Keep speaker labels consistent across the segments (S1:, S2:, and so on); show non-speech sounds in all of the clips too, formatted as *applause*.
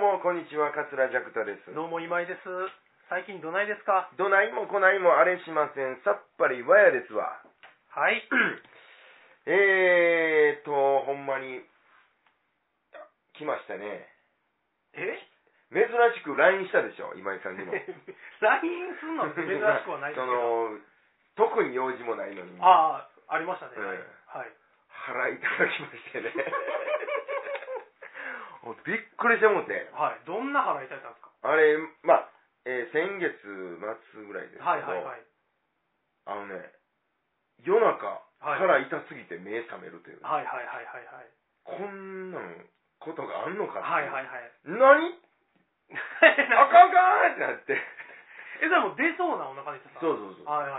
S1: もこんにちは、桂ジャクタです。
S2: どうも今井です。最近どないですか
S1: どないもこないもあれしません。さっぱりわやですわ。
S2: はい。
S1: *clears throat* えーと、ほんまに、あ来ましたね。
S2: え
S1: 珍しく LINE したでしょ、今井さんに
S2: *laughs*
S1: も。
S2: ?LINE すんの珍しくはないです
S1: そ
S2: けど。
S1: の、特に用事もないのに、
S2: ああ、ありましたね。
S1: うん
S2: はいはい。
S1: 腹いただきまして
S2: *laughs*
S1: ね。おびっくりしてもうて。
S2: はい。どんな腹痛いたんですか
S1: あれ、まあ、えー先月末ぐらいですけど、
S2: はいはいはい。
S1: あのね、夜中、
S2: はい
S1: 腹痛すぎて目覚めるという、
S2: はいはいはいはいはい。
S1: こんなんことがあんのかって
S2: はいはいはい。
S1: 何あ
S2: え、 *laughs*
S1: かんあかんってなって。
S2: でも出そうなお腹でした
S1: そう
S2: う
S1: そうそう。
S2: はいはい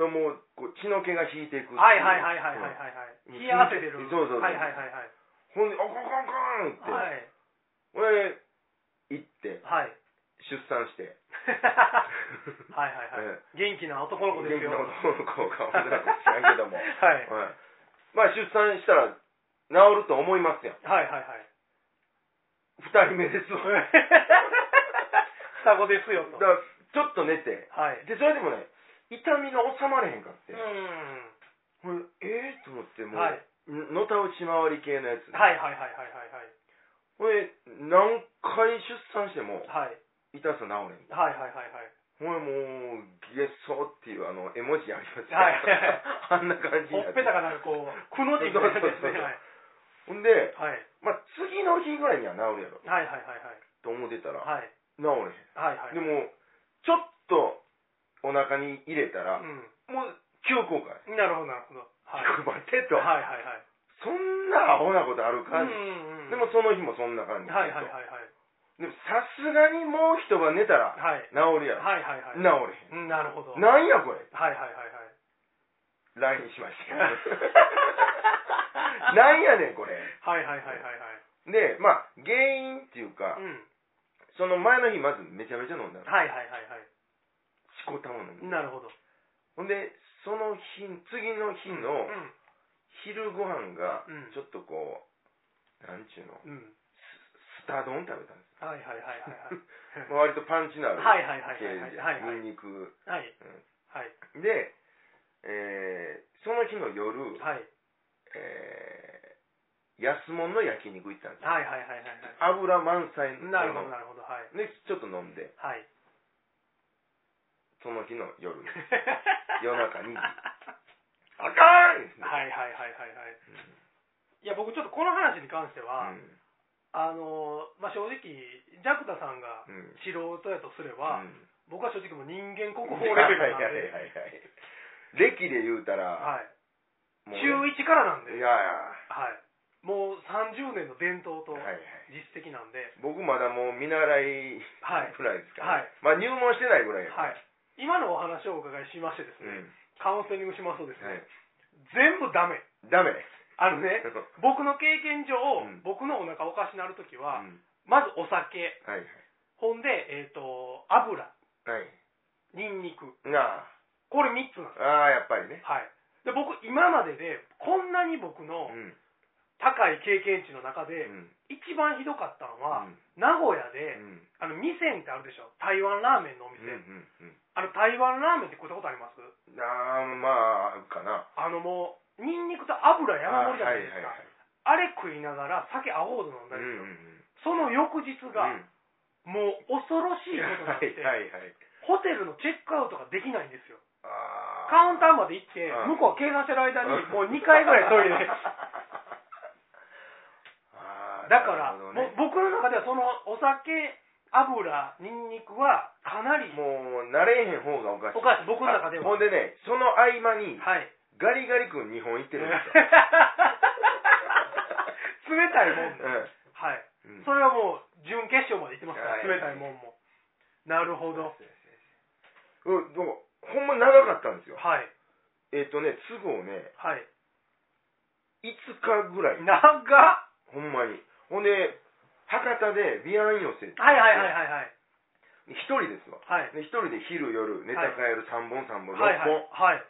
S2: はい。
S1: もうこう血の気が引いていくってう
S2: はいはいはいはいはいはい
S1: うん
S2: はい。冷や汗出る。
S1: そうそうそう
S2: はいはいはいはい。
S1: ほんで、あかんあかんあかんって。
S2: はい。
S1: 俺、行って、
S2: はい。
S1: 出産して。
S2: はいはいはい。
S1: ええ
S2: 元気な男の子ですよ。
S1: 元気な男の子か女の子か知ら
S2: *laughs*
S1: んけども
S2: はい。
S1: はいまあ、出産したら治ると思いますよ。
S2: はいはいはい。
S1: 二人目
S2: *laughs*
S1: ですわ。
S2: 双子ですよ
S1: だ
S2: と。
S1: からちょっと寝て。
S2: はい。
S1: で、それでもね、痛みが収まれへんかって。
S2: うーん。
S1: これえー、と思って、もう、
S2: はい。
S1: んのたうち回り系のやつ。
S2: はいはいはいはいはい
S1: これ、何回出産しても、
S2: はい。はい。
S1: 痛さ治れん。
S2: はいはいはいはい。
S1: ほれもう、ゲッソーっていう、あの、絵文字ありますね。*laughs* あ
S2: はい
S1: んな感じ
S2: ほ
S1: にな
S2: っ
S1: って
S2: ぺ。たがなんかこう、くの字みたいなやつですね。はい。
S1: ほんで、
S2: はい。
S1: まあ、次の日ぐらいには治るやろ、
S2: はいはい
S1: と思ってたら、
S2: はいはい。はい。
S1: 治れへ
S2: はいはい。
S1: ん。で、も、ちょっと、お腹に入れたら、
S2: う
S1: もう、急降下。
S2: ん。なるほどなるほど。はい。
S1: ちょ待てと、
S2: はいはいはい。
S1: そんなアホなことあるか、
S2: うんうんうん。
S1: でも、その日もそんな感じ。
S2: はいはいはい
S1: と
S2: はい。
S1: でも、さすがにもう一晩寝たら、
S2: はい。
S1: 治るやろ。
S2: はいはいはい。
S1: 治れへ
S2: うんなるほど。
S1: ん。なんやこれ。
S2: はいはいはいはい。
S1: LINE しましたよ。 *laughs* なんやねんこれ。
S2: はいはいはいはい
S1: で、まあ、原因っていうか
S2: はい。、うん。
S1: その前の日まずめちゃめちゃ飲んだの。
S2: はいはいはいは
S1: しこたま飲ん
S2: い。
S1: で。
S2: なるほど。
S1: ほんで、その日、次の日の
S2: う
S1: 昼ご飯が
S2: うん、
S1: ちょっとこう、なんちゅうの、
S2: ん。うん。
S1: スタ丼食べたんで
S2: はいはいはいはい
S1: す。まあ割とパンチのある
S2: はい。はいはいはい
S1: 系
S2: はい
S1: で
S2: はい。はい。
S1: ニンニク。
S2: はい。はい。
S1: で、えーその日の夜、
S2: はい。
S1: えー安物の焼肉行ったんです。
S2: はいはいはいはい
S1: 油満載
S2: はい。
S1: の。
S2: なるほどなるほど。はい。
S1: で、ちょっと飲んで、
S2: はい。
S1: その日の夜、あ
S2: 夜
S1: 中に
S2: は
S1: かん
S2: いはいはいはいはい。いや僕ちょっとこの話に関しては、あのまあ正直ジャクタさんが
S1: うん。うん。
S2: 素人やとすれば、
S1: うん、
S2: 僕は正直もう人間国宝
S1: はい
S2: レ
S1: はい
S2: ベ
S1: はい
S2: ルなん
S1: はい。
S2: で、
S1: 歴で言うたら、
S2: はい。
S1: もう
S2: 中1からなん
S1: いやいや、
S2: で、はい。もう30年の伝統と
S1: はいはい。
S2: 実績なんで、
S1: 僕まだもう見習い
S2: はい。
S1: ぐらいですか、
S2: はい。
S1: まあ入門してないぐらいやか
S2: は
S1: ら。
S2: い。今のお話をお伺いしましてです
S1: うん。
S2: ね、カウンセリングしますとです
S1: は
S2: ね、
S1: い。
S2: 全部ダメ。
S1: ダメ。
S2: あの
S1: *laughs*
S2: ね、僕の経験上、
S1: うん
S2: 僕のお腹おかしなるときは、
S1: うん
S2: まずお酒、
S1: はいはい。
S2: ほんで、えっ、と、油、
S1: はい。
S2: ニンニク。
S1: な
S2: これ3つなん
S1: あ
S2: で
S1: ああ、やっぱりね
S2: す。。はい。で、僕、今までで、こんなに僕
S1: う
S2: の
S1: ん。
S2: 高い経験値の中
S1: う
S2: で、
S1: ん。
S2: 一番ひどかったのは、
S1: うん
S2: 名古屋で、
S1: うん。
S2: あの、店ってあるでしょ台湾ラーメンのお
S1: う
S2: 店。
S1: んうんうん。
S2: あの、台湾ラーメンって食ったことあります
S1: ああ、まあ、あるかな。
S2: あのもう、ニンニクと油山盛りじゃないですか。あ,、
S1: はい
S2: れ食いながら酒アホード飲んだ
S1: はいはい。
S2: り
S1: う、んうん
S2: その翌日
S1: うん。
S2: が、
S1: うん
S2: もう恐ろしいことにな
S1: は
S2: っ
S1: い
S2: て、
S1: はいはい。
S2: ホテルのチェックアウトができないんですよ。
S1: あ
S2: カウンター
S1: も
S2: まで行って、
S1: あー
S2: 向こうは計算してる間に、もう2回ぐらいト
S1: *laughs*
S2: イレで。だから、もう僕の中ではそのお酒、油、ニンニクはかなり、
S1: もう慣れへん方がおかしい
S2: おかしい僕の中では
S1: ほんでねその合間に *laughs*
S2: はい。
S1: ガリガリ君2本いってるんですよ
S2: 冷たいもんね。はい。
S1: うんうん
S2: それはもう、準決勝まで行ってますから、
S1: はい
S2: 冷たいもんも。なるほど。
S1: うんでもほんま長かったんですよ
S2: はい。
S1: えっ、とね都合ね
S2: はい。
S1: 5日ぐらい
S2: 長っは
S1: ほんまにほんで博多でビアン寄せって
S2: いはいはいはいはい。
S1: 一人ですわ
S2: はい。
S1: で一人で昼夜ネタ変える3本3本6本、
S2: はいはい。はい。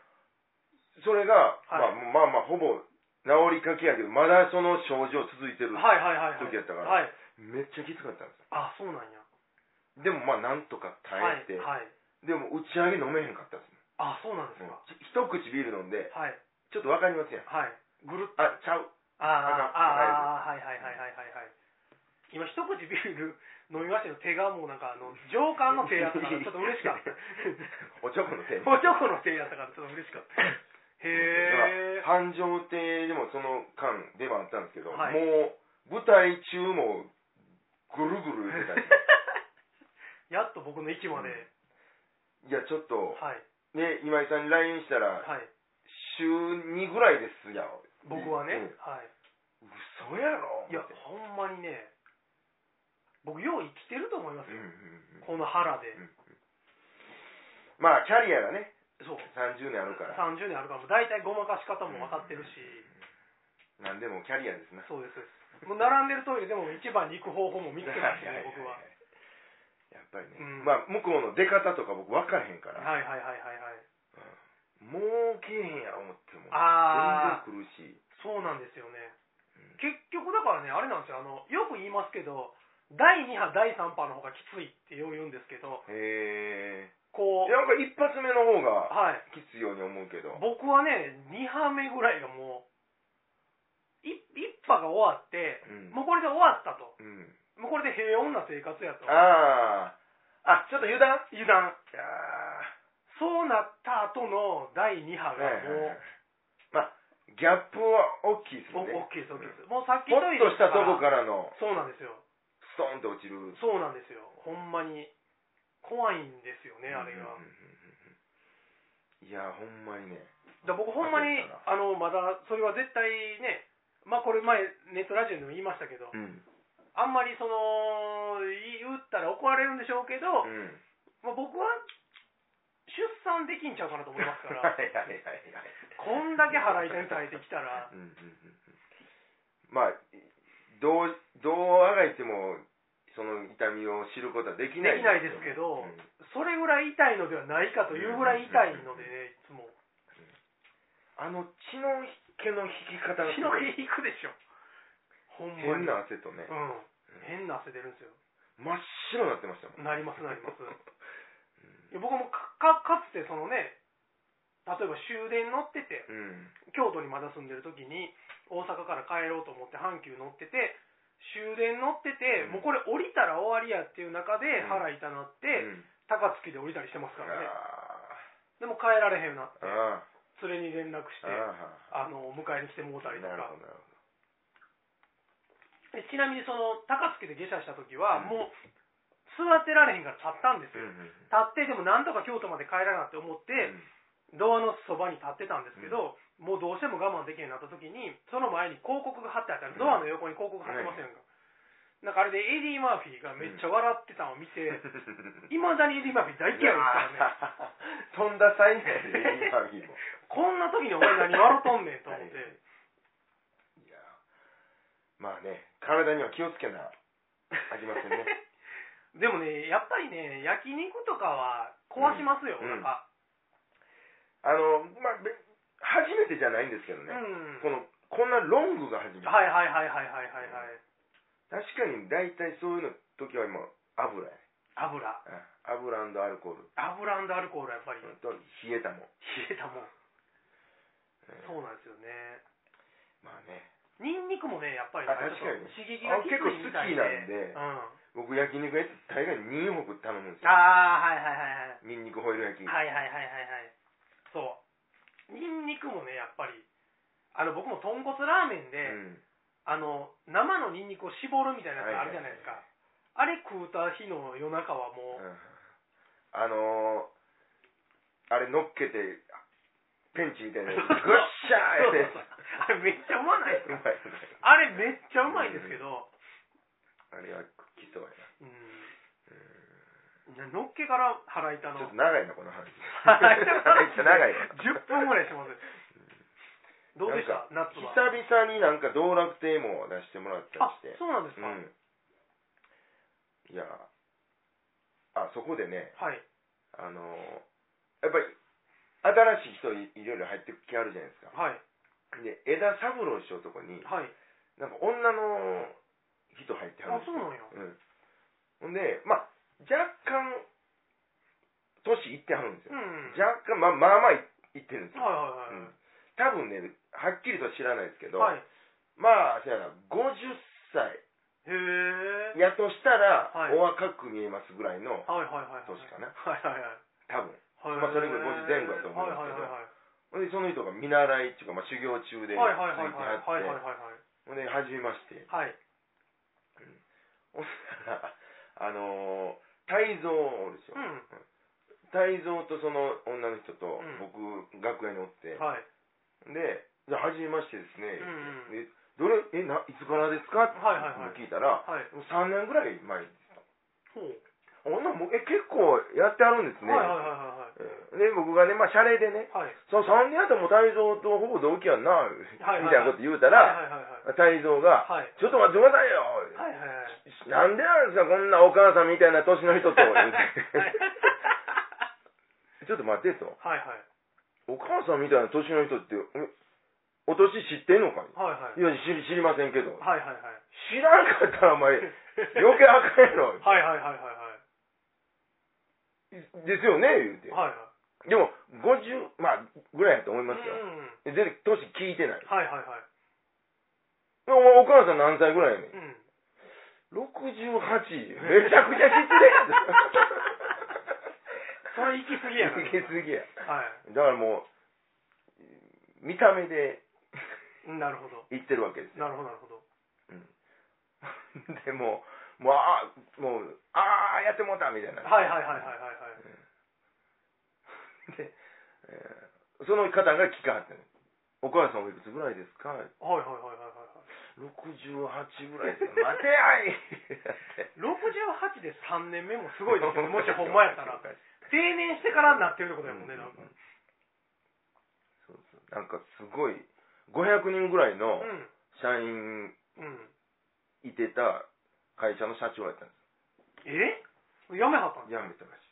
S1: それが、
S2: はい
S1: まあまあまあほぼ治りかけやけどまだその症状続いてる
S2: はいはいはいはい。
S1: 時やったから
S2: はい。
S1: めっちゃきつかったんです
S2: あ、そうなんや。
S1: よでもまあなんとか
S2: は
S1: 耐え
S2: い。
S1: て、
S2: はい。
S1: でも打ち上げ飲めへんかったんです
S2: あ、そうなんです
S1: よ、
S2: か。
S1: ち一口ビール飲んで
S2: はい。
S1: ちょっとわかりますやん
S2: はい。ぐるっと。
S1: あちゃう
S2: ああ、ああ、はいはいはいはいはいはい。今、一口ビール飲みましたよ。手がもうなんか、あの、上官の手やったから、ちょっと嬉し
S1: *laughs*
S2: かった。
S1: おちょこの手
S2: おちょこの手やったから、ちょっと嬉しかった。へえ。
S1: 繁盛亭でもその間出番あったんですけど、
S2: はい
S1: もう舞台中もぐるぐる言ってたり
S2: *laughs* やっと僕の域まで。
S1: いやちょっと、
S2: はい。
S1: ね今井さんに LINE したら
S2: はい。
S1: 週2ぐらいですやん
S2: 僕はね。
S1: うん
S2: はい。
S1: 嘘やろ
S2: いや
S1: 思って、
S2: ほんまにね、僕、よう生きてると思います
S1: うんう
S2: よ。
S1: んうん
S2: この腹で。
S1: まあキャリアがね
S2: そう。
S1: 30年あるから
S2: 30年あるから、もう大体ごまかし方も分かってるし、
S1: 何でもキャリアですな
S2: そうです、そうです。もう並んでるトイレでも一番に行く方法も見つけたんです
S1: はい
S2: ね、
S1: はい
S2: 僕は。
S1: やっぱりね、
S2: うん
S1: まあ向こうの出方とか僕分からへんから、
S2: はいはいはいはいはい。
S1: もうけえへんやろ思っても
S2: ああ、
S1: 全然苦しい
S2: そうなんですよね。結局だからね、あれなんですよ、あの、よく言いますけど、第2波、第3波の方がきついってよう言うんですけど、
S1: へえ
S2: こう、
S1: なんか一発目の方が
S2: はい。
S1: きついように思うけど
S2: 僕はね、2波目ぐらいがもう、1波が終わって、
S1: うん、
S2: もうこれで終わったと。
S1: うん、
S2: もうこれで平穏な生活やと。
S1: あああちょっと油断
S2: 油断。
S1: いや
S2: そうなった後の第2波
S1: ー
S2: がもう、
S1: まあギャップは大きいです
S2: お
S1: もんね
S2: 大きいです、大きいです。もうさっき
S1: ポッとしたとこ
S2: ら。
S1: からの
S2: そうなんですよ。
S1: ストーンと落ちる
S2: そうなんですよ。ほんまに。怖いんですよね、あれが。
S1: うんうんうんうんいやほんまにね
S2: だから僕ほんまに
S1: 焦った、
S2: あの、まだ、それは絶対ね、まあこれ前、ネットラジオでも言いましたけど、
S1: うん、
S2: あんまりその、言ったら怒られるんでしょうけど、
S1: うん
S2: まあ、僕は出産できんちゃうかなと思います
S1: *laughs*
S2: か
S1: は
S2: ら、
S1: いはいはいはい
S2: こんだけ腹痛み耐えてきたら、
S1: うんうんうんうんまあどうどうあがいてもその痛みを知ることはできない
S2: できないですけど
S1: うん
S2: それぐらい痛いのではないかというぐらい痛いのでね、いつも。
S1: あの血の毛の引き方が
S2: 血の毛引くでしょ。ほんま
S1: 変
S2: に。
S1: な汗とね、
S2: うん。変な汗出るんですよ。
S1: 真っ白になってましたもん
S2: なります、なります。いや僕もか、か、かつてそのね、例えば終電乗ってて、
S1: うん
S2: 京都にまだ住んでる時に大阪から帰ろうと思って阪急乗ってて終電乗ってて、
S1: うん
S2: もうこれ降りたら終わりやっていう中で
S1: うん
S2: 腹痛なって、
S1: うん
S2: 高槻で降りたりしてますからね
S1: あ
S2: でも帰られへんようになって
S1: ーあ
S2: 連れに連絡し
S1: ー
S2: て
S1: あ
S2: あの迎えに来てもうた
S1: ー
S2: りと
S1: なる
S2: か
S1: ほどなる
S2: でちなみにその高槻で下車した時は、
S1: うん
S2: もう座ってられへんから立ったんです
S1: ほど
S2: よ、
S1: うん
S2: 立ってでもなんとか京都まで帰らなって思って、ドアのそばに立ってたんですけど、もうどうしても我慢できへんようになった時にその前に広告が貼ってあったらドアの横に広告貼ってませんか、なんかあれでエディ・マーフィーがめっちゃ笑ってたのを見ていま、未だにエディ・マーフィー
S1: い
S2: 大嫌
S1: や *laughs* 飛ん
S2: いですからね
S1: だ際にやで今も
S2: こんな時にお前何笑うとんねんと思
S1: はいい
S2: って、
S1: やまあね体には気をつけなありませんね
S2: *laughs* でもねやっぱりね焼肉とかは壊しますよ、
S1: うん
S2: なんか
S1: あのまあべ初めてじゃないんですけど
S2: う
S1: ね、
S2: ん、
S1: このこんなロングが初めて、
S2: はいはいはいはいはいはいはい
S1: 確かに大体そういうの時は今油やね
S2: 油
S1: あ油アルコール
S2: 油アルコールはやっぱり冷
S1: と冷えたもん、
S2: えたもん
S1: うん
S2: そうなんですよね
S1: まあね
S2: ニンニクもね、やっぱり
S1: あ確かに
S2: 刺激がきついみた
S1: あ
S2: い
S1: 結構好きなんで僕
S2: うん。あ
S1: 焼肉やつ大概ニンホク頼むんですよ
S2: あ、はいはいはいはい。
S1: ニンニクホイル焼き、
S2: はいはいはいはいはい。そう。ニンニクもね、やっぱり、あの、僕も豚骨ラーメン
S1: うん
S2: で、あの、生のニンニクを絞るみたいなやつあるじゃないですか。あれ食うた日の夜中はもう、
S1: うんあのー、あれ乗っけてペンチみ
S2: *laughs*
S1: たいなやつグッシャーや
S2: そうそうそうあれめっちゃうまないです
S1: う *laughs* ま
S2: か
S1: いよね
S2: あれめっちゃうまいですけど、
S1: あれはきそうやな
S2: うん。のっけから腹痛
S1: ちょっ
S2: の
S1: と。長いなこの話
S2: *laughs* 腹
S1: 腹
S2: 痛の話
S1: 痛長いわ
S2: 10分ぐらいします。どうでした夏
S1: 久
S2: は。
S1: 々になんか道楽亭も出してもらったり
S2: あ
S1: して、
S2: そうなんですか。
S1: うんいやあそこでね
S2: はい。
S1: あのやっぱり新しい人いいろいろ入ってきはるじゃないですか
S2: はい。
S1: で枝三郎師匠のとこに
S2: はい。
S1: なんか女の人入っては
S2: あ
S1: るんですうんほ
S2: そうなんや
S1: んでまあ若干年いってはるんです
S2: う
S1: よ、
S2: ん
S1: 若干まあまあまあいいってるんですよ、
S2: はいは
S1: うん、
S2: い
S1: 多分ねはっきりとは知らないですけど、
S2: はいはい
S1: まあせやな50歳
S2: へえ
S1: やとしたら、
S2: はい
S1: お若く見えますぐらいの
S2: はいはいはいはい
S1: 年かな
S2: はいはいは
S1: 多分
S2: い
S1: まあ
S2: はい
S1: それぐらい50前後やと思うんですけどほんでその人が見習いっていうか、まあ、修行中で続いて
S2: けはいはいはい
S1: はって
S2: はいはいはいはいはい
S1: ほんで初めまして *laughs*
S2: はいはい
S1: ほんならあのー泰造おるでしょ
S2: うん
S1: 泰造とその女の人と
S2: うん
S1: 僕、楽屋におって、
S2: はい
S1: で「じゃあ初めましてですね」
S2: うんうん
S1: でどれえないつからですか?」って
S2: はいはいはい
S1: 聞いたら
S2: はい
S1: 「3年ぐらい前です
S2: ほう
S1: 女もえ結構やってあるんですね」
S2: はいはいは
S1: うんで僕がねまあ謝礼でね
S2: いはいはい
S1: その3年やったらもう泰造とほぼ同期やんな、
S2: はい
S1: みたいなこと言うた
S2: はい
S1: ら、
S2: はいはい
S1: 泰造が、
S2: はい
S1: ちょっと待ってくださいよ、
S2: はいはいはい
S1: なんでなんですか、こんなお母さんみたいな年の人
S2: *laughs*
S1: と、言うてちょっと待ってと、
S2: はいはい
S1: お母さんみたいな年の人って、おお年知ってんのか
S2: はいはい
S1: いや知り、知りませんけど、
S2: はいはいはい
S1: 知らんかったらお前、余計あかんやろ、
S2: はいはいはいは
S1: で
S2: い
S1: すよね、言うて。
S2: はいはい
S1: でも、50、まあ、ぐらいやと思いますよ。全
S2: うん
S1: 然、年聞いてない。
S2: はいはいは
S1: お前お母さん何歳ぐらいやねん
S2: いうん
S1: 68めちゃくちゃ失礼やぞ
S2: *laughs* それ行き過ぎやな
S1: 行き過ぎや
S2: は
S1: だからもう見た目で
S2: いなるほど
S1: 言ってるわけ
S2: *laughs*
S1: ですよ
S2: なるほどなるほど
S1: でもうもうああもうああやってもうたみたいな、
S2: はいはいはいはいはいはい
S1: で、えーその方が聞かはってんお母さんおいくつぐらいですか
S2: はいはいはいはいはいはい
S1: 68ぐらいですよ待てやい
S2: *laughs* 68で3年目もすごいですよもしほんまやったら定年してからになってるってことやもんねなんか
S1: うんそうそうなんかすごい500人ぐらいの
S2: うん
S1: 社員
S2: うん
S1: いてた会社の社長やったんで
S2: えやめはったん
S1: す
S2: です
S1: やめたらしい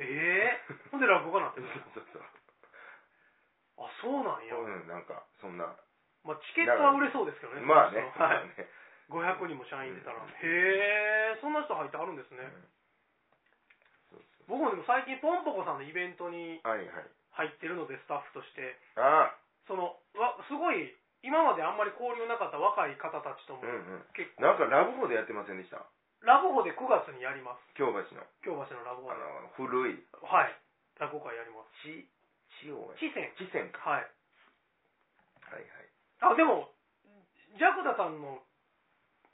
S2: ええほんで落語家なって
S1: そう
S2: る
S1: そうそう
S2: あそうなんや、
S1: うんなんかそんな
S2: まあ、チケットは売れそうですけどね
S1: まあね
S2: その人は
S1: ま
S2: い
S1: あね
S2: 500人も社員いてたら、
S1: うん
S2: へえそんな人入ってはるんですね、
S1: そうそ
S2: 僕もでも最近ポンポコさんのイベントに
S1: うはいはい
S2: 入ってるのでスタッフとして
S1: ああ
S2: そのわすごい今まであんまり交流なかった若い方たちとも
S1: うんうん
S2: 結構、
S1: なんかラブホでやってませんでした
S2: ラブホで9月にやります
S1: 京橋の
S2: 京橋のラブホ
S1: あ
S2: で
S1: の古い
S2: はい落語会やります
S1: ち千代
S2: 知線
S1: 地線か
S2: はい
S1: はいはい
S2: あでもジャクダさんの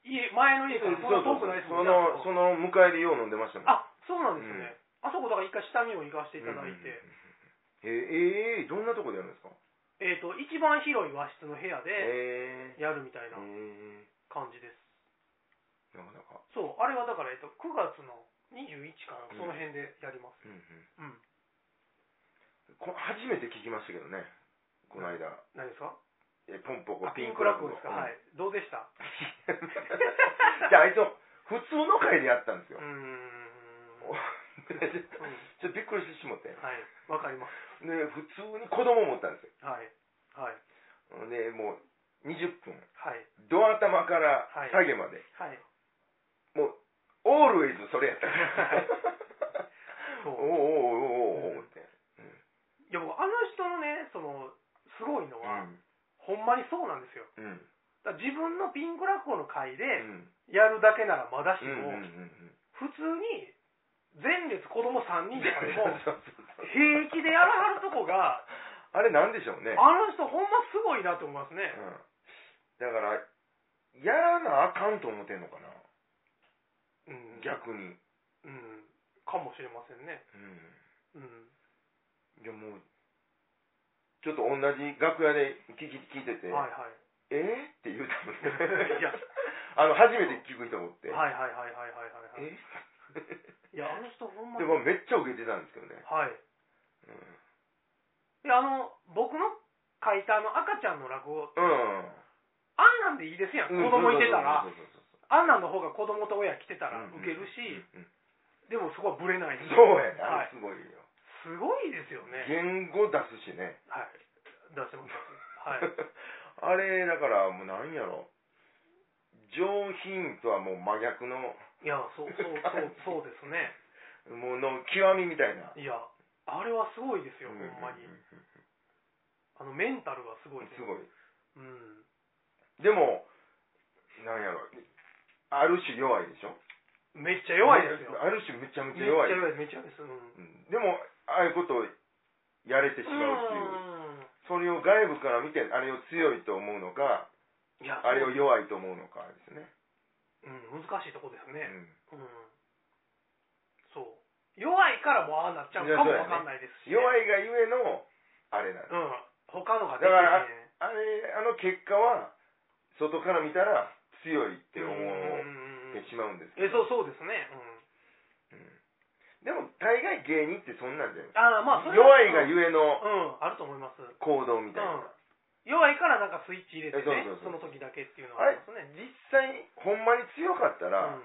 S2: 家前の家からそんな遠くないです
S1: そ
S2: もんね
S1: のその向かいでよう飲んでましたもん
S2: あそうなんですね、あそこだから一回下見を行かせていただいて、
S1: えーえーどんなとこでやるんですか
S2: えっ、と一番広い和室の部屋で
S1: ええ
S2: やるみたい
S1: え
S2: な
S1: え
S2: 感じです、
S1: なかなか
S2: そうあれはだから、えっと9月の21かなその辺でやります
S1: うんうん
S2: うん、
S1: こ初めて聞きましたけどねこの間
S2: 何ですか
S1: えポンポコ
S2: あ
S1: ピ
S2: ピ
S1: ン
S2: ン
S1: ク
S2: ク
S1: ラ
S2: ラ
S1: ブ
S2: ブ
S1: の
S2: ですか、はいどうでした
S1: *laughs* じゃああいつも普通の回でやったんです
S2: う
S1: よ
S2: *laughs* ー、 *laughs* んは
S1: で *laughs* ちょっとびっくりしてしもってで
S2: いわかります
S1: 普通に子供持ったんです
S2: はいはい
S1: よでもう20分
S2: はい
S1: ド頭から
S2: はい
S1: 下げまで、
S2: はい
S1: もうオールウェイズそれやった
S2: はい
S1: *laughs*
S2: そ
S1: お
S2: う
S1: おおおおおおって、
S2: いや僕あの人のねそのすごいの
S1: う
S2: は、
S1: ん
S2: ほんまにそうなんですよ
S1: うん
S2: だから自分のピンク落語の会で
S1: うん
S2: やるだけならまだし
S1: うんうん
S2: も、
S1: うんうん
S2: 普通に前列子供3人とかでも
S1: *laughs* そうそうそう
S2: 平気でやらはるとこが
S1: あれなんでしょうね
S2: あの人ほんますごいなと思いますね
S1: うんだからやらなあかんと思ってんのかな
S2: うん
S1: 逆に
S2: うんかもしれませんね
S1: うん
S2: うん
S1: いやもうちょっと同じ楽屋で聞き聞いてて「
S2: はいはい
S1: えーって言うたもんね
S2: いや
S1: あの初めて聞く人もおって「
S2: はいはいはいはいはいはい
S1: え
S2: いやあの人ほんま
S1: で
S2: に
S1: もめっちゃ受けてたんですけどね、
S2: はい
S1: うん、
S2: であの僕の書いたあの赤ちゃんの落語
S1: うん
S2: あんなんでいいですやん子供いてたら
S1: そうそうそうそう
S2: あんなんの方が子供と親来てたら
S1: うん
S2: ウケるし、
S1: うんうん
S2: でもそこはブレないし
S1: そうやねあ
S2: は
S1: れ
S2: い、
S1: すごいよ、
S2: すごいですよね
S1: 言語出すしね、
S2: はい
S1: *laughs*
S2: 出してますはい
S1: あれだからもうなんやろ上品とはもう真逆の、
S2: いやそうそう *laughs* そうそうですね
S1: もうの極みみたいな。
S2: いやあれはすごいですよ、
S1: うん
S2: ほんまにあのメンタルはすごいです
S1: すごい。
S2: うん
S1: でも、なんやろ、ある種弱いでしょ
S2: めっちゃ弱いですよ
S1: ある種めちゃめ
S2: めっ
S1: ちゃ
S2: ちゃ
S1: 弱
S2: 弱
S1: い。
S2: いめっちゃ弱いですうん
S1: うんでも、ああいうことをやれてしまうっていう。
S2: うん
S1: それを外部から見て、あれを強いと思うのか、
S2: いや
S1: あれを弱いと思うのかですね。
S2: うん難しいとこです
S1: う
S2: ね
S1: ん
S2: うんそう弱いからもうああなっちゃうかもわかんないですしね
S1: 弱いがゆえの、あれなんです
S2: うん他のができ
S1: だから
S2: ないね
S1: あれ、あの結果は、外から見たら強いって思
S2: うん
S1: っ
S2: うんうんうん
S1: てしまうんですけ
S2: え
S1: ど、
S2: そうそうですねうん
S1: うんでも大概芸人ってそんなんじゃない
S2: ああまあそれは
S1: 弱いがゆえの
S2: うんあると思います
S1: 行動みたいな、
S2: うん弱いからなんかスイッチ入れて
S1: え
S2: ね
S1: そうそうそう
S2: その時だけっていうの
S1: あ
S2: はあ
S1: れ
S2: りますね
S1: 実際ほんまに強かったら、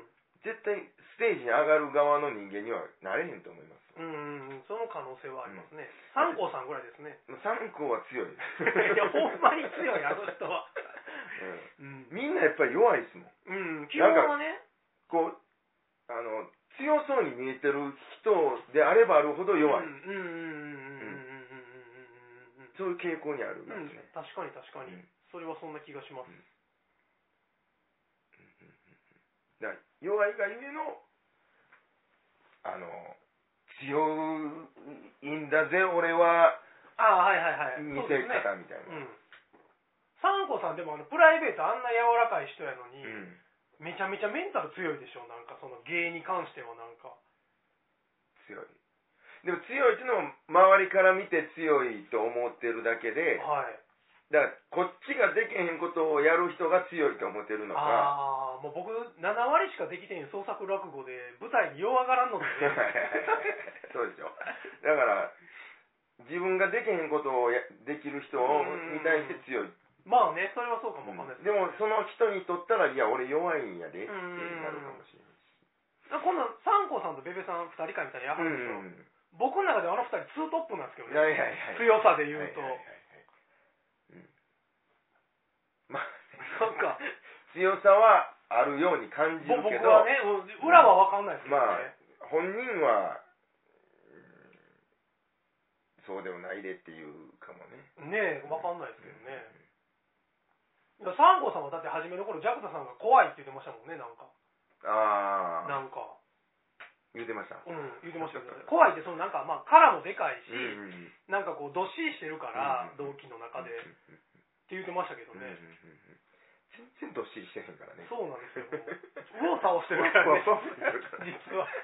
S1: 絶対ステージに上がる側の人間にはなれへんと思います
S2: うん、うんうんうんその可能性はありますね、
S1: うん
S2: 三光さんぐらいですね
S1: 三校は強い
S2: *laughs* いやほんまに強いあの人はうん
S1: うん、みんなやっぱり弱いですもん
S2: うん基本はね
S1: こうあの強そうに見えてる人であればあるほど弱い、
S2: うんうんうんうんうんうんうんうん
S1: そういう傾向にある
S2: うんうん
S1: 感
S2: うん
S1: じね、
S2: 確かに確かに、
S1: うん
S2: それはそんな気がします、
S1: だから弱いがゆえのあの強いんだぜ俺は
S2: ああはいはいはい
S1: 見
S2: そう
S1: せ
S2: ですね
S1: 方みたいな、
S2: うん三光さんでもあのプライベートあんな柔らかい人やのに、
S1: うん
S2: めちゃめちゃメンタル強いでしょなんかその芸に関してはなんか
S1: 強いでも強いっていうのも周りから見て強いと思ってるだけで
S2: はい
S1: だからこっちができへんことをやる人が強いと思ってるのか
S2: ああもう僕7割しかできてへん創作落語で舞台に弱がらんので
S1: *laughs* *laughs* そうでしょだから自分ができへんことをやできる人を
S2: う
S1: に
S2: ん
S1: 対して強い
S2: *laughs* まあねそれはそうかもわかんない
S1: でもその人にとったらいや俺弱いんやでって
S2: うん
S1: なるかもしれない
S2: あ今度三光さんとベベさん2人会みたいなのやるんでし
S1: うん
S2: ょ、僕の中ではあの2人ツートップなんですけど
S1: いや
S2: ね
S1: いやいや
S2: 強さで言うと、
S1: はいはいはいはいうんまあ
S2: なんか
S1: *laughs* 強さはあるように感じ
S2: ぼ
S1: る
S2: 僕
S1: けど
S2: はねうん裏はわかんないですけど
S1: まあ
S2: ね、
S1: 本人は、うんそうでもないでっていうかもね
S2: ねえわかんないですけどね、いや三光さんはだって初めの頃ジャクタさんが怖いって言ってましたもんねなんか
S1: ああ
S2: なんか
S1: 言うてました
S2: うん言ってましたけどね怖いってそのなんかまあ殻もでかいし、
S1: うんうん
S2: なんかこうどっしりしてるか
S1: う
S2: ら、
S1: ん
S2: 同期の中で、っ
S1: うん
S2: て言ってましたけど
S1: うんうんうん
S2: ね、
S1: 全然どっしりしてへんからね
S2: そうなんですよ *laughs* 右往左往してるから
S1: *laughs*
S2: ね
S1: ふわふわし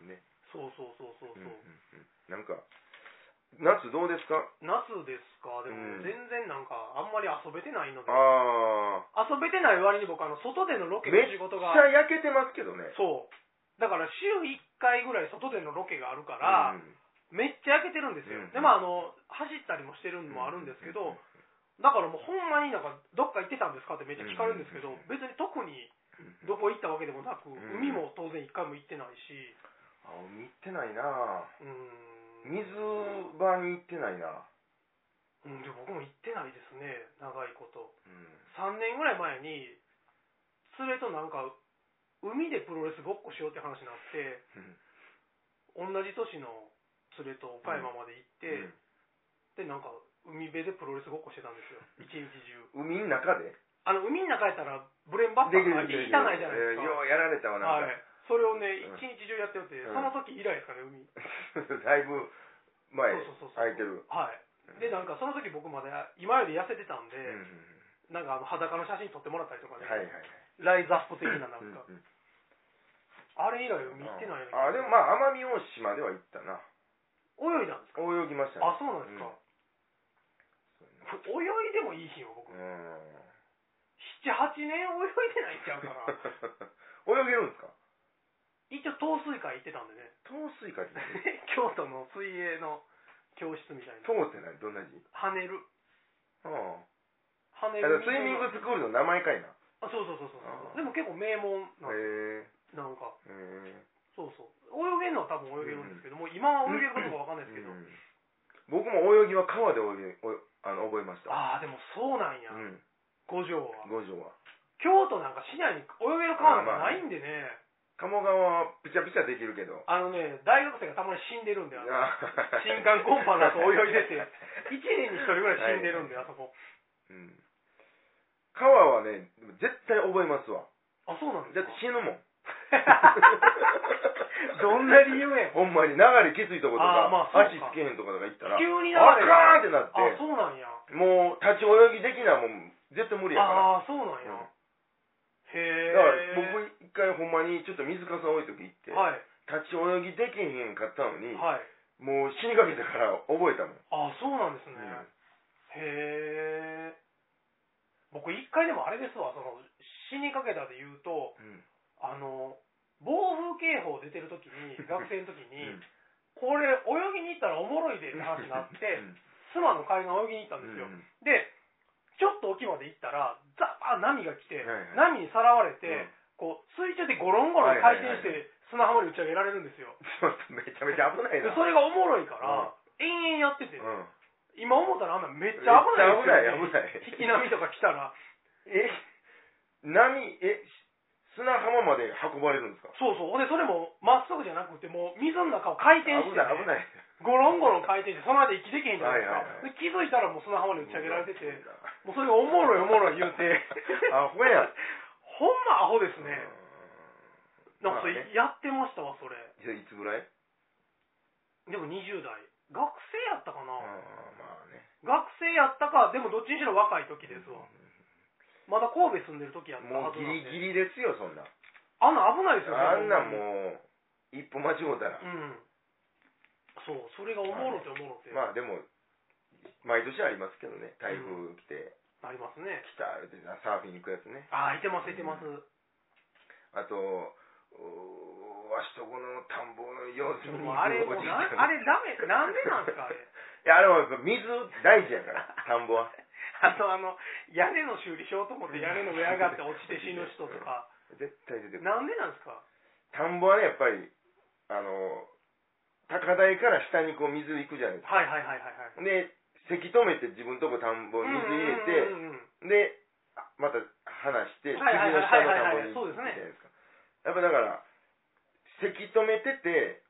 S1: てるからね
S2: *laughs* 実は
S1: ね
S2: そうそうそうそう
S1: うんうんう
S2: そう、
S1: んなんか夏どうですか
S2: 夏ですかで
S1: う
S2: も
S1: ん
S2: 全然なんかあんまり遊べてないので、
S1: ああ
S2: 遊べてない割に僕あの外でのロケの
S1: めっち
S2: 仕事が
S1: ゃ焼けてますけどね
S2: そうだから週1回ぐらい外でのロケがあるから、
S1: うん
S2: めっちゃ焼けてるんですよ、
S1: うん
S2: でまああの走ったりもしてるのもあるんですけど、だからもうほんまになんかどっか行ってたんですかってめっちゃ聞かれるんですけど、
S1: うん
S2: 別に特にどこ行ったわけでもなく、
S1: ん
S2: 海も当然一回も行ってないし、
S1: あ見ってないな
S2: うーん、
S1: 水場に行ってないな
S2: うん、でも僕も行ってないですね、長いこと。
S1: うん
S2: 3年ぐらい前に、連れとなんか、海でプロレスごっこしようって話になって、同じ都市の連れと岡山まで行って、で、なんか、海辺でプロレスごっこしてたんですよ、一日中。
S1: うん海の中で
S2: あの、海の中やったら、ブレンバッターがい
S1: できる
S2: いたないじゃないです
S1: えーよ
S2: か。
S1: うやられたわな
S2: は
S1: ん
S2: い
S1: か、。
S2: それをね、
S1: うん
S2: 一日中やってて、
S1: うん
S2: その時以来ですかね、海。
S1: *laughs* だいぶ前
S2: そうそうそうそう
S1: 空いてる
S2: はい。で、なんかその時僕まだ今より痩せてたんで、
S1: うんうん
S2: なんかあの裸の写真撮ってもらったりとか
S1: うん
S2: ね、
S1: はいはいはい
S2: ライズアップ的ななんか、
S1: うんうん
S2: あれ以来は見てないよね
S1: あでもまあ奄美大島では行ったな
S2: 泳いだんですか
S1: 泳ぎましたね
S2: あ、そうなんですか。泳いでもいい日よ、僕。
S1: うん
S2: 7、8年泳いでないんちゃうかな。
S1: *laughs* 泳げるんですか
S2: 一応、糖水会行ってたんでね、
S1: 糖水かって何
S2: 京都の水泳の教室みたいな。
S1: 糖って何どんな字
S2: 跳ねる。
S1: あ
S2: 跳ね
S1: あだからス
S2: る。
S1: イミングスクールの名前かいなへ
S2: あ、そうそうそうそう
S1: あー
S2: でも結構名門なんで
S1: え
S2: なんか、
S1: へえ
S2: そうそう。泳げるのは多分泳げるんですけど、もう今は泳げることがわかんないですけど
S1: う、ん僕も泳ぎは川で泳ぎおあの覚えました
S2: ああ、でもそうなんや、
S1: うん
S2: 五条は。
S1: 五条は
S2: 京都なんか市内に泳げる川なんかないんでね、
S1: 鴨川はピチャピチャできるけど。
S2: あのね、大学生がたまに死んでるんだよ。
S1: あ
S2: 新刊コンパだと泳いでて、1年に1人ぐらい死んでるんだよ、あそこ。
S1: *laughs* うん。川はね、でも絶対覚えますわ。
S2: あ、そうなん
S1: だ
S2: で
S1: っ
S2: す
S1: て
S2: か。
S1: 死ぬもん。
S2: *laughs* どんな理由やん。
S1: ほんまに流れきついとことか、
S2: あーまあそうか
S1: 足つけへんとことか行ったら、
S2: *laughs* 急に流れ
S1: あかーんってなっ
S2: あ、
S1: て、
S2: そうなんや。
S1: もう立ち泳ぎできなもん、絶対無理やから。
S2: ああ、そうなんや。
S1: うんだ
S2: へえ。
S1: から僕一回ほんまにちょっと水かさ多い時行って、
S2: はい、
S1: 立ち泳ぎできへんかったのに、
S2: はい。
S1: もう死にかけてから覚えたもん。
S2: ああ、そうなんですね。
S1: うん
S2: へえ。僕一回でもあれですわ、その、死にかけたで言うと、
S1: うん
S2: あの、暴風警報出てる時に、
S1: *laughs*
S2: 学生の時に、
S1: うん
S2: これ泳ぎに行ったらおもろいでって話になって、妻の海岸泳ぎに行ったんですよ。
S1: うん
S2: で、ちょっと沖まで行ったら、ザー波が来
S1: は
S2: て、
S1: いはい
S2: 波にさらわれて、
S1: うん
S2: こう水中でゴロンゴロン回転し
S1: はい
S2: て砂浜に打ち上げられるんですよ。
S1: ちょっ *laughs* とめちゃめちゃ危ない
S2: で
S1: な。
S2: それがおもろいから、延々やってて、
S1: うん
S2: 今思ったらあんなめっちゃ危ない
S1: めっちゃ危ない危ない
S2: 危ない。引き波とか来たら、
S1: え、波、え、砂浜まで運ばれるんですか
S2: そうそう。ほんで、それもまっすぐじゃなくて、もう水の中を回転して、
S1: 危ない、危ない。
S2: ゴロンゴロン回転して、その間息できへんじゃないですか。
S1: はいはいはい、
S2: で気づいたらもう砂浜に打ち上げられてて、もうそれがおもろいおもろい言うて
S1: *laughs* アホや。
S2: ほんまアホですね。なんか
S1: まあ
S2: それ
S1: ね
S2: やってましたわ、それ。
S1: じゃあいつぐらい
S2: でも20代。学生やったか
S1: ああ、
S2: な、
S1: まあね。
S2: 学生やったか、でもどっちにしろ若い時ですわ。まだ神戸住んでる時やった
S1: も
S2: は
S1: う
S2: ず
S1: ギ
S2: なん
S1: リ
S2: で。
S1: ギリですよ、そんな。
S2: あんなん危ないですよね。
S1: あんなん
S2: う。
S1: もう、一歩間違うたら
S2: う。ん。そう、それがおもろておもろて。
S1: まあでも、毎年ありますけどね。台風来て、
S2: ありますね。
S1: 来た、言うてサーフィン行くやつね。
S2: あー、いてます、いてます。
S1: あと、おわしとこの田んぼの様子見に
S2: もうあれ、もう
S1: おじいち
S2: な
S1: ゃん
S2: んあれダメ、なんでなんですか、あれ。
S1: いや、あれはやっぱ水大事やから、田んぼは。
S2: *laughs* あと、あの、屋根の修理しようと思って屋根の上上がって落ちて死ぬ人と *laughs* か。
S1: 絶対出てくる。
S2: なんでなんですか
S1: 田んぼはね、やっぱり、あの、高台から下にこう水行くじゃないです
S2: はいはいはいはいはい。
S1: か。で、せき止めて自分とこ田んぼに水入れ
S2: うんうんうんう
S1: て、
S2: ん
S1: で、あまた離して、次
S2: はいはい
S1: の
S2: はい
S1: 下の
S2: はい
S1: 田
S2: は
S1: ん
S2: い
S1: ぼに行くじゃ
S2: そうですね
S1: ないですか。やっぱだから、せき止めてて、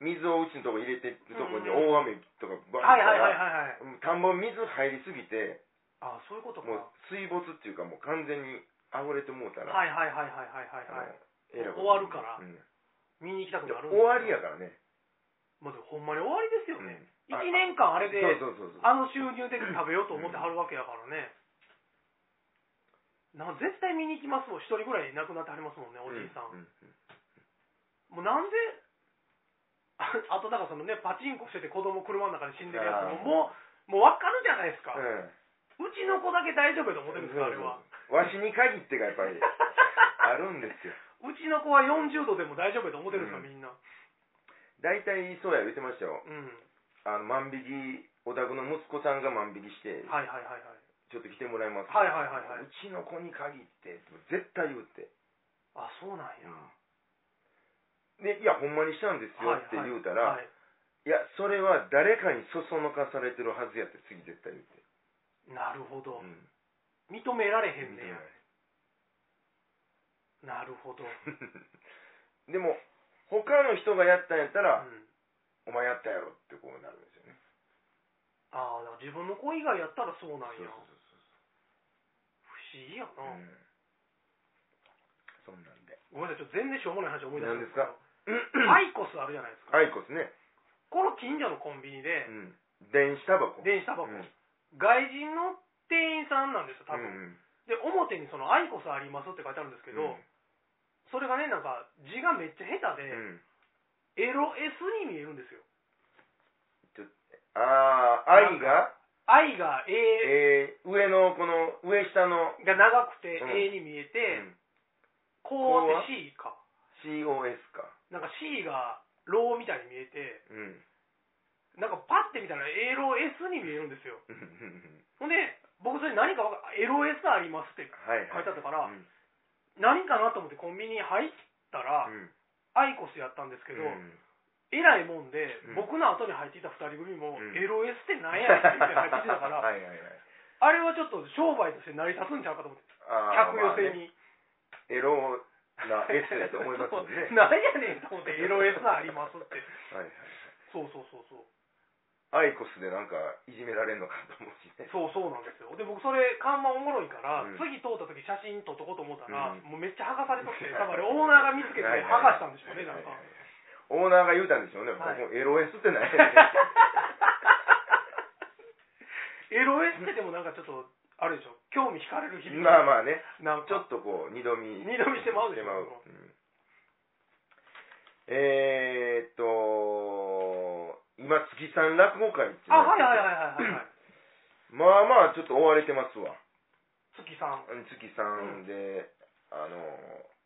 S1: 水をうちのとこ入れてるとこに大雨とかバ
S2: はいはいは
S1: ー
S2: い
S1: ン来たら、
S2: はいはい。
S1: もう田んぼ水入りすぎて、
S2: あ、そういうことか。
S1: もう水没っていうかもう完全に溢れてもうたら、
S2: はいはいはいはいはいはいはい。
S1: えらいこと
S2: 終わるから
S1: うん
S2: 見に行きたく
S1: で
S2: なるん
S1: 終わり
S2: や。
S1: やからね。
S2: まあでもほんまに終わりですよ
S1: う
S2: ね。
S1: ん
S2: 一、年間あれで、
S1: そうそうそうそう。
S2: あの収入で食べようと思ってはるわけやからね。な絶対見に行きますもん。一人ぐらい亡くなってはりますもんね、おじいさん。
S1: うう
S2: もうなんで、ああとだからそのね、パチンコしてて子供車の中で死んでるやつも、もう、もうわかるじゃないですか。う
S1: うん
S2: ちの子だけ大丈夫やと思ってるんですか、あれは。
S1: わしに限ってがやっぱり *laughs* あるんですよ。
S2: うちの子は40度でも大丈夫やと思ってるんですか、
S1: うん
S2: みんな。
S1: 大体そうや言ってましたよ。
S2: うん。
S1: あの万引きお宅の息子さんが万引きして、
S2: はいはいはいはい。
S1: ちょっと来てもらいますか。。
S2: はいはいはいはいう
S1: ちの子に限って絶対言うって。
S2: あ、そうなんや。
S1: でいやほんまにしたんですよって言うたら、
S2: はいいはい
S1: やそれは誰かにそそのかされてるはずやって次絶対言って。
S2: なるほど
S1: う。ん
S2: 認められへ
S1: 認
S2: ん
S1: め
S2: ね
S1: ない
S2: や。なるほど。
S1: *laughs*
S2: う
S1: でも他の人がやったんやったら、
S2: ん。
S1: お前やったやろってこうなるんですよね
S2: ああ、だから自分の子以外やったらそうなん
S1: そうそう
S2: や。
S1: そう
S2: 不思議や
S1: そう、
S2: な。
S1: うんそんなんで
S2: ごめんなさい、ちょっと全然しょうもない話思い出したんですけど。
S1: は
S2: ア
S1: い
S2: イコスあるじゃないですか。
S1: アイコスね、
S2: この近所のコンビニで、
S1: うん、電子タバコ
S2: 電子タバコ、
S1: うん
S2: 外人の店員さんなんですよ、多
S1: う
S2: 分。
S1: ん
S2: で、表にそのアイコスありますって書いてあるんですけど、
S1: うん
S2: それがね、なんか字がめっちゃ下手
S1: う
S2: で、
S1: ん
S2: エロ S に見えるんですよ。
S1: ああ愛が、
S2: 愛が A
S1: えー、上のこの上下の、
S2: が長くて
S1: うん
S2: A に見えて、
S1: うん
S2: こう
S1: こうは
S2: って C か。
S1: COS か、
S2: なんか C がローみたいに見えて、
S1: うん、
S2: なんかパッて見たら A ロ S に見えるんですよ。ほんで、僕それ何かわか、エロ S ありますって
S1: はいはい
S2: 書いてあったから
S1: うんうん
S2: 何かなと思ってコンビニに入ったら、アイコスやったんですけど、
S1: うん
S2: えらいもんで
S1: うん、
S2: 僕の後に入っていた二人組も、
S1: うん
S2: エロ S ってなんやねんって言って入ってきてたか
S1: *laughs*
S2: ら、
S1: はいはいはい
S2: あれはちょっと商売として成り立つんちゃうかと思って
S1: あー
S2: 客寄せ
S1: まあね
S2: に、
S1: エロなエッセイだと思いますもんね。
S2: *laughs* なんやねんと思ってエロエスありますって
S1: はいはい
S2: そうそうそうそう
S1: アイコスでなんかいじめられるのかと思うしね。
S2: そうそうなんですよで僕それ看板おもろいから、
S1: うん
S2: 次通った時写真撮っとこうと思ったら、
S1: うん
S2: もうめっちゃ剥がされとって多分あれオーナーが見つけて剥がしたんでしょうねな
S1: は
S2: んか
S1: いはいはいオーナーが言うたんでしょうね。
S2: はい
S1: 僕もエロエスって
S2: *laughs*
S1: ない。
S2: エロエスってでもなんかちょっとあれでしょ興味惹かれる日々
S1: まあまあね、
S2: なんか
S1: ちょっとこう、二度見。
S2: 二度見してまうでしょ
S1: うんえーっと、今、月さん落語会ってう
S2: あ
S1: の
S2: はいはい
S1: や
S2: はい
S1: ってて
S2: はいはい、はい、
S1: まあまあ、ちょっと追われてますわ。
S2: 月さん
S1: うん月さんで、あの、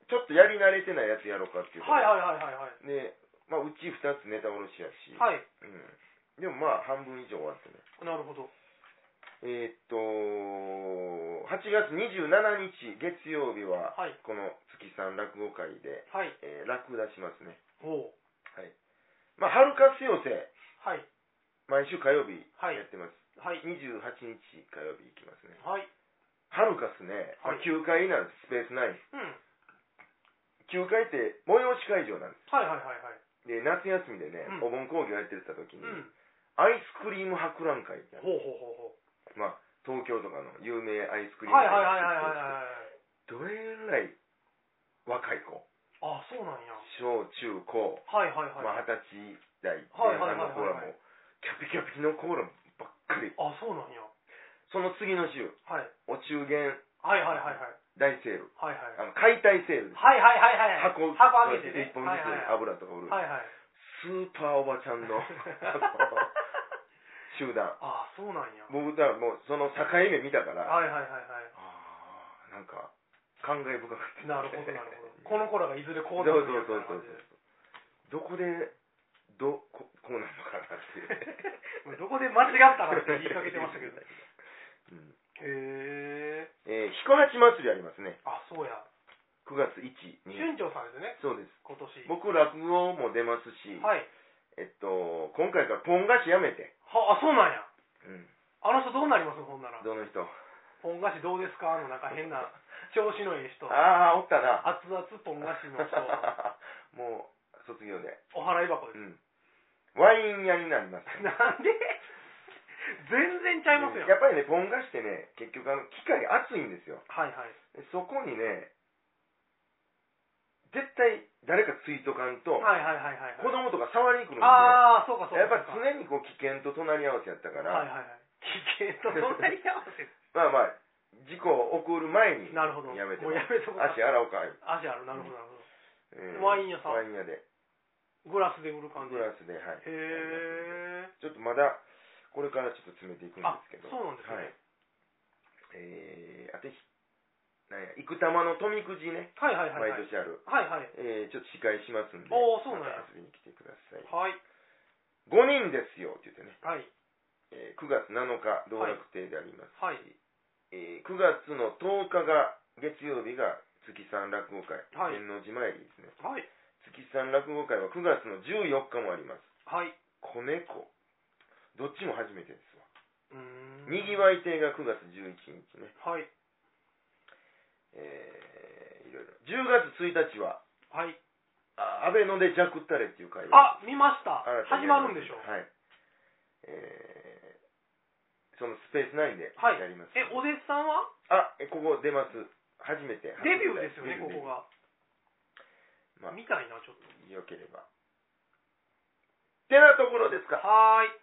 S1: ちょっとやり慣れてないやつやろうかっていうこと
S2: はいはいはいはいはい
S1: で、まあ、うち2つネタおろしやし、
S2: はい
S1: うん、でもまあ半分以上終わってね
S2: なるほど
S1: えーっと8月27日月曜日は
S2: はい
S1: この月さん落語会で、
S2: はい
S1: えー落語出しますね
S2: おう
S1: はいまあ春活寄せ
S2: はい
S1: 毎週火曜日
S2: はい
S1: やってます、
S2: はい
S1: 28日火曜日行きますね
S2: はい
S1: 春活ね、まあ
S2: はい
S1: 9階なんですスペースナイン
S2: うん
S1: 9階って催し会場なんで
S2: はいはいはいはい
S1: すで夏休みでね、お
S2: うん
S1: 盆講義やってた時に、
S2: うん
S1: アイスクリーム博覧会ってやつ
S2: ほうほうほうほ
S1: まあ、東京とかの有名アイスクリー
S2: う
S1: ム
S2: はいはいはいはいはいはい
S1: どれぐらい若い子
S2: あそうなんや
S1: 小中高、
S2: はいはいはい、
S1: まあ、二十歳代
S2: はい
S1: 前
S2: はい
S1: 半の
S2: はいはい
S1: コーラもキャピキャピのコーラばっかり
S2: あそうなんや
S1: その次の週
S2: はい
S1: お中元
S2: はいはいはいはい
S1: 大セール
S2: はいはい
S1: あの解体セールです
S2: はいはいはいはい
S1: 箱
S2: 箱上げてね
S1: 1本
S2: はい
S1: ず
S2: はい
S1: つ油とか売る、
S2: はいはい
S1: スーパーおばちゃんの *laughs*
S2: *laughs*
S1: あの集団
S2: あそうなんや
S1: 僕だからもうその境目見たからあ
S2: はいはいはい
S1: あ
S2: は
S1: なんか感慨深かった
S2: いなるほどなるほどこ
S1: *laughs*
S2: の子らがいずれこ
S1: そうう
S2: な
S1: そう
S2: る
S1: そうそうそう
S2: *laughs* みたいな感じで
S1: どこでどここうなるのかなっていう
S2: どこで間違ったらって言いかけてましたけどへ
S1: うん
S2: え
S1: *laughs* えー彦八祭りありますね
S2: あそうや
S1: 9月1日
S2: 春長さんですね
S1: そうです
S2: 今年
S1: 僕落語も出ますし、
S2: はい
S1: えっと今回からポン菓子やめて、
S2: はあそうなんや
S1: うん、
S2: あの人どうなりますほんなら
S1: どの人
S2: ポン菓子どうですかあのなんか変な調子のいい人
S1: ああおったな
S2: 熱々ポン菓子の人
S1: *laughs* もう卒業で、
S2: お払い箱で
S1: う
S2: す
S1: ん、ワイン屋になります
S2: なんで全然ちゃいますよ、
S1: やっぱりねポン菓子ってね結局あの機械熱いんですよ
S2: はいはい
S1: でそこにね絶対誰かついとかんと、
S2: はいはいはいはいはい
S1: 子供とか触りに来るんで、
S2: ああそうかそうか
S1: やっぱ
S2: そ
S1: 常
S2: うか
S1: にこう危険と隣り合わせやったか
S2: はい
S1: ら、
S2: はいはい危険と隣り合わせ
S1: *laughs* まあまあ、事故を起こる前に、
S2: なるほど
S1: やめて
S2: もうやめとこうか
S1: 足洗おうか、
S2: 足あるなるほどなるほ
S1: え
S2: ワイン屋さん
S1: ワイン屋で、
S2: どグラスで売る感じ
S1: グ
S2: へ
S1: ラスで、はい。
S2: え
S1: ちょっとまだ、これからちょっと詰めていくんで
S2: あ
S1: すけど、
S2: そうなんですね
S1: はい。えー、あてひ、なんや、生玉の富くじね、
S2: はいはいはいはい
S1: 毎年ある。
S2: はいはい
S1: えー、ちょっと司会しますんで、
S2: おーそうなんや
S1: また遊びに来てください。
S2: はい
S1: 5人ですよって言ってね、
S2: はい
S1: えー9月7日、道楽亭であります。
S2: はい
S1: えー9月の10日が月曜日が月三落語会、
S2: はい
S1: 天王寺参りですね
S2: はい
S1: 月三落語会は9月の14日もあります
S2: はい
S1: 子猫どっちも初めてですわ
S2: うーん
S1: にぎわい亭が9月11日ね
S2: はい
S1: えー、いろいろ10月1日は
S2: はい
S1: あ安倍のでジャクタレっていう会が
S2: あ見ました
S1: 新たに
S2: 始まるんでしょ
S1: はいえー、そのスペース内で
S2: はい
S1: やります、
S2: えお弟子さんは
S1: あえここ出ます初めて
S2: デビューですよね
S1: デビュ
S2: こ
S1: ー
S2: こが
S1: まあ
S2: みたいなちょっと
S1: よければ。てなところですか。
S2: はーい